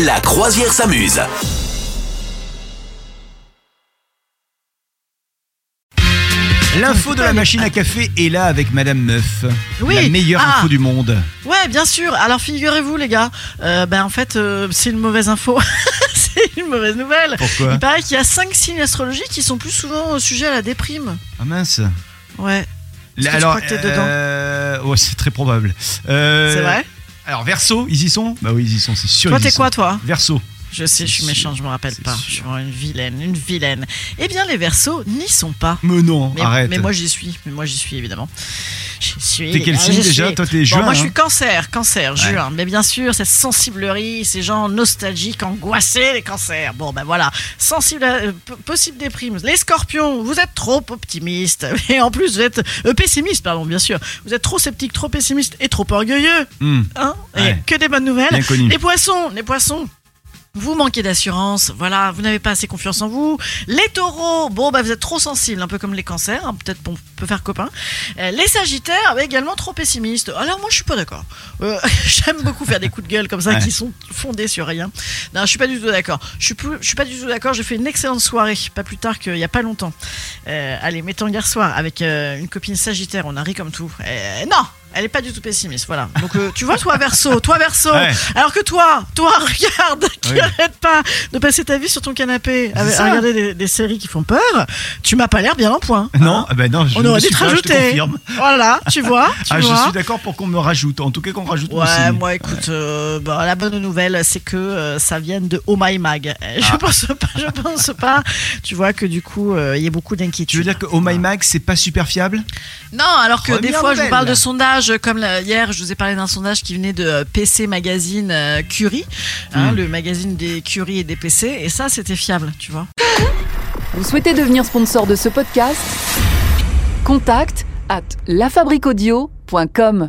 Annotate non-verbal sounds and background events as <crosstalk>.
La croisière s'amuse. L'info de la machine à café est là avec Madame Meuf. Oui. La meilleure Ah. info du monde. Ouais, bien sûr. Alors figurez-vous les gars, euh, ben en fait euh, c'est une mauvaise info. <laughs> c'est une mauvaise nouvelle. Pourquoi Il paraît qu'il y a cinq signes astrologiques qui sont plus souvent euh, sujets à la déprime. Ah mince. Ouais, Là, que tu crois que t'es euh, ouais, c'est très probable. Euh, c'est vrai. Alors Verso, ils y sont Bah oui, ils y sont, c'est sûr. Toi ils y t'es sont. quoi toi Verso. Je sais, je suis C'est méchant, je me rappelle c'est pas. sûr. Je suis vraiment une vilaine, une vilaine. Eh bien les Verseaux n'y sont pas. Mais non, Mais, arrête. mais moi j'y suis, mais moi j'y suis évidemment. J'y suis. T'es quel les gars, signe j'y déjà suis. Toi, t'es Bon, juin. moi, je hein. suis cancer, cancer, Ouais. juin. Mais bien sûr, cette sensiblerie, ces gens nostalgiques, angoissés, les cancers. Bon, ben voilà. Sensible, à- euh, p- possible déprime. Les scorpions, vous êtes trop optimiste. <laughs> Et en plus, vous êtes euh, pessimiste, pardon, bien sûr. Vous êtes trop sceptique, trop pessimiste et trop orgueilleux. Hmm, Hein Et Ouais. que des bonnes nouvelles. bien connu. Les poissons, les poissons. Vous manquez d'assurance, voilà, vous n'avez pas assez confiance en vous. Les taureaux, bon, bah, vous êtes trop sensibles, un peu comme les cancers, hein, peut-être qu'on peut faire copain. Euh, les sagittaires, bah, également trop pessimistes. Alors, moi, je suis pas d'accord. Euh, <laughs> J'aime beaucoup faire des coups de gueule comme ça Ouais. qui sont fondés sur rien. Non, je suis pas du tout d'accord. Je suis, plus- je suis pas du tout d'accord. J'ai fait une excellente soirée, pas plus tard qu'il y a pas longtemps. Euh, allez, mettons hier soir avec euh, une copine sagittaire, on a ri comme tout. Euh, non, elle est pas du tout pessimiste, voilà. Donc, euh, tu vois, toi, verso, toi, verso. Ouais. Alors que toi, toi, <laughs> regarde, qui Oui. arrête pas de passer ta vie sur ton canapé à, C'est ça. à regarder des, des séries qui font peur, tu m'as pas l'air bien en point. Non, Hein ah ben non, je On ne aurait suis dû te pas, je te rajouter. confirme. Voilà, <laughs> tu vois, tu Ah, je vois. suis d'accord pour qu'on me rajoute. En tout cas, qu'on rajoute mon Ouais, signe. moi écoute, euh, bon, la bonne nouvelle c'est que euh, ça vient de Oh My Mag. <laughs> Euh, Je Ah. pense pas, je pense pas. Tu vois que du coup, euh, il y a beaucoup d'inquiétudes. Tu veux dire que Oh My Mag, c'est pas super fiable Non, alors que des Première fois, je nouvelle. vous parle de sondages, euh, comme la- hier, je vous ai parlé d'un sondage qui venait de euh, PC Magazine euh, Curie, hein, Mm. le magazine des Curie et des PC, et ça, c'était fiable, tu vois. Vous souhaitez devenir sponsor de ce podcast Contact à lafabriquaudio.com.